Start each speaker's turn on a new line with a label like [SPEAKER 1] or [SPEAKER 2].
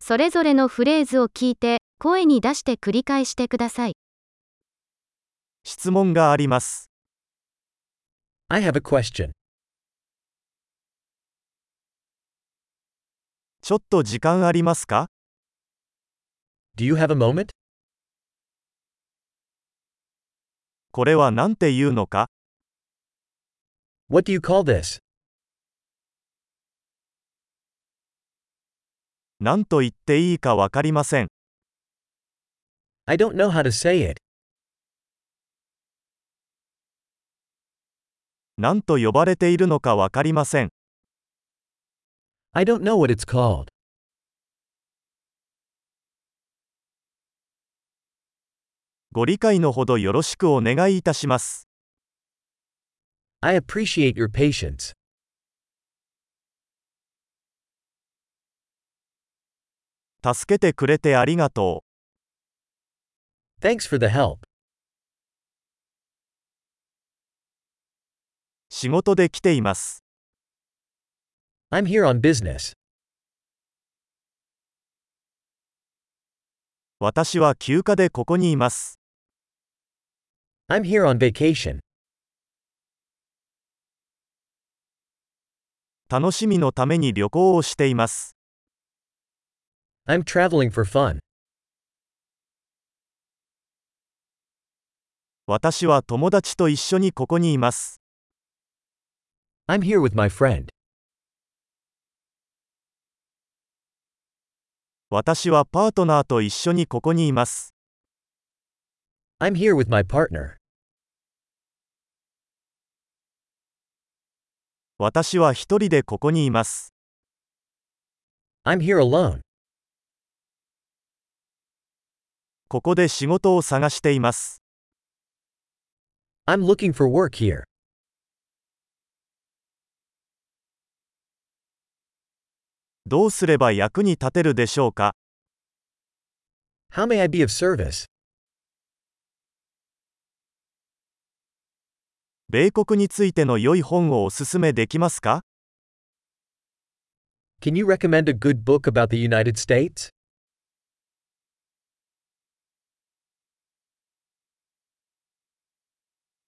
[SPEAKER 1] それぞれのフレーズを聞いて、声に出して繰り返してください。
[SPEAKER 2] 質問があります。
[SPEAKER 3] I have a question.
[SPEAKER 2] ちょっと時間ありますか
[SPEAKER 3] Do you have a moment?
[SPEAKER 2] これは何て言うのか
[SPEAKER 3] What do you call this?
[SPEAKER 2] 何と言っていいかわかりません。
[SPEAKER 3] I don't know how to say it.
[SPEAKER 2] 何と呼ばれているのかわかりません。
[SPEAKER 3] I don't know what it's called.
[SPEAKER 2] ご理解のほどよろしくお願いいたします。
[SPEAKER 3] I appreciate your patience.
[SPEAKER 2] 助けてくれてありがと
[SPEAKER 3] Thanks for the help.
[SPEAKER 2] う。仕事で来ています。
[SPEAKER 3] I'm here on business.
[SPEAKER 2] 私は休暇でここにいます。
[SPEAKER 3] I'm here on vacation.
[SPEAKER 2] 楽しみのために旅行をしています。
[SPEAKER 3] I'm traveling for fun.
[SPEAKER 2] 私は友達と一緒にここにいます。
[SPEAKER 3] I'm here with my friend.
[SPEAKER 2] 私はパートナーと一緒にここにいます。
[SPEAKER 3] I'm here with my partner.
[SPEAKER 2] 私は一人でここにいます。
[SPEAKER 3] I'm here alone.
[SPEAKER 2] ここで仕事を探しています。
[SPEAKER 3] I'm looking for work here.
[SPEAKER 2] どうすれば役に立てるでしょうか
[SPEAKER 3] How may I be of service?
[SPEAKER 2] 米国についての良い本をおすすめできますか
[SPEAKER 3] Can you recommend a good book about the United States?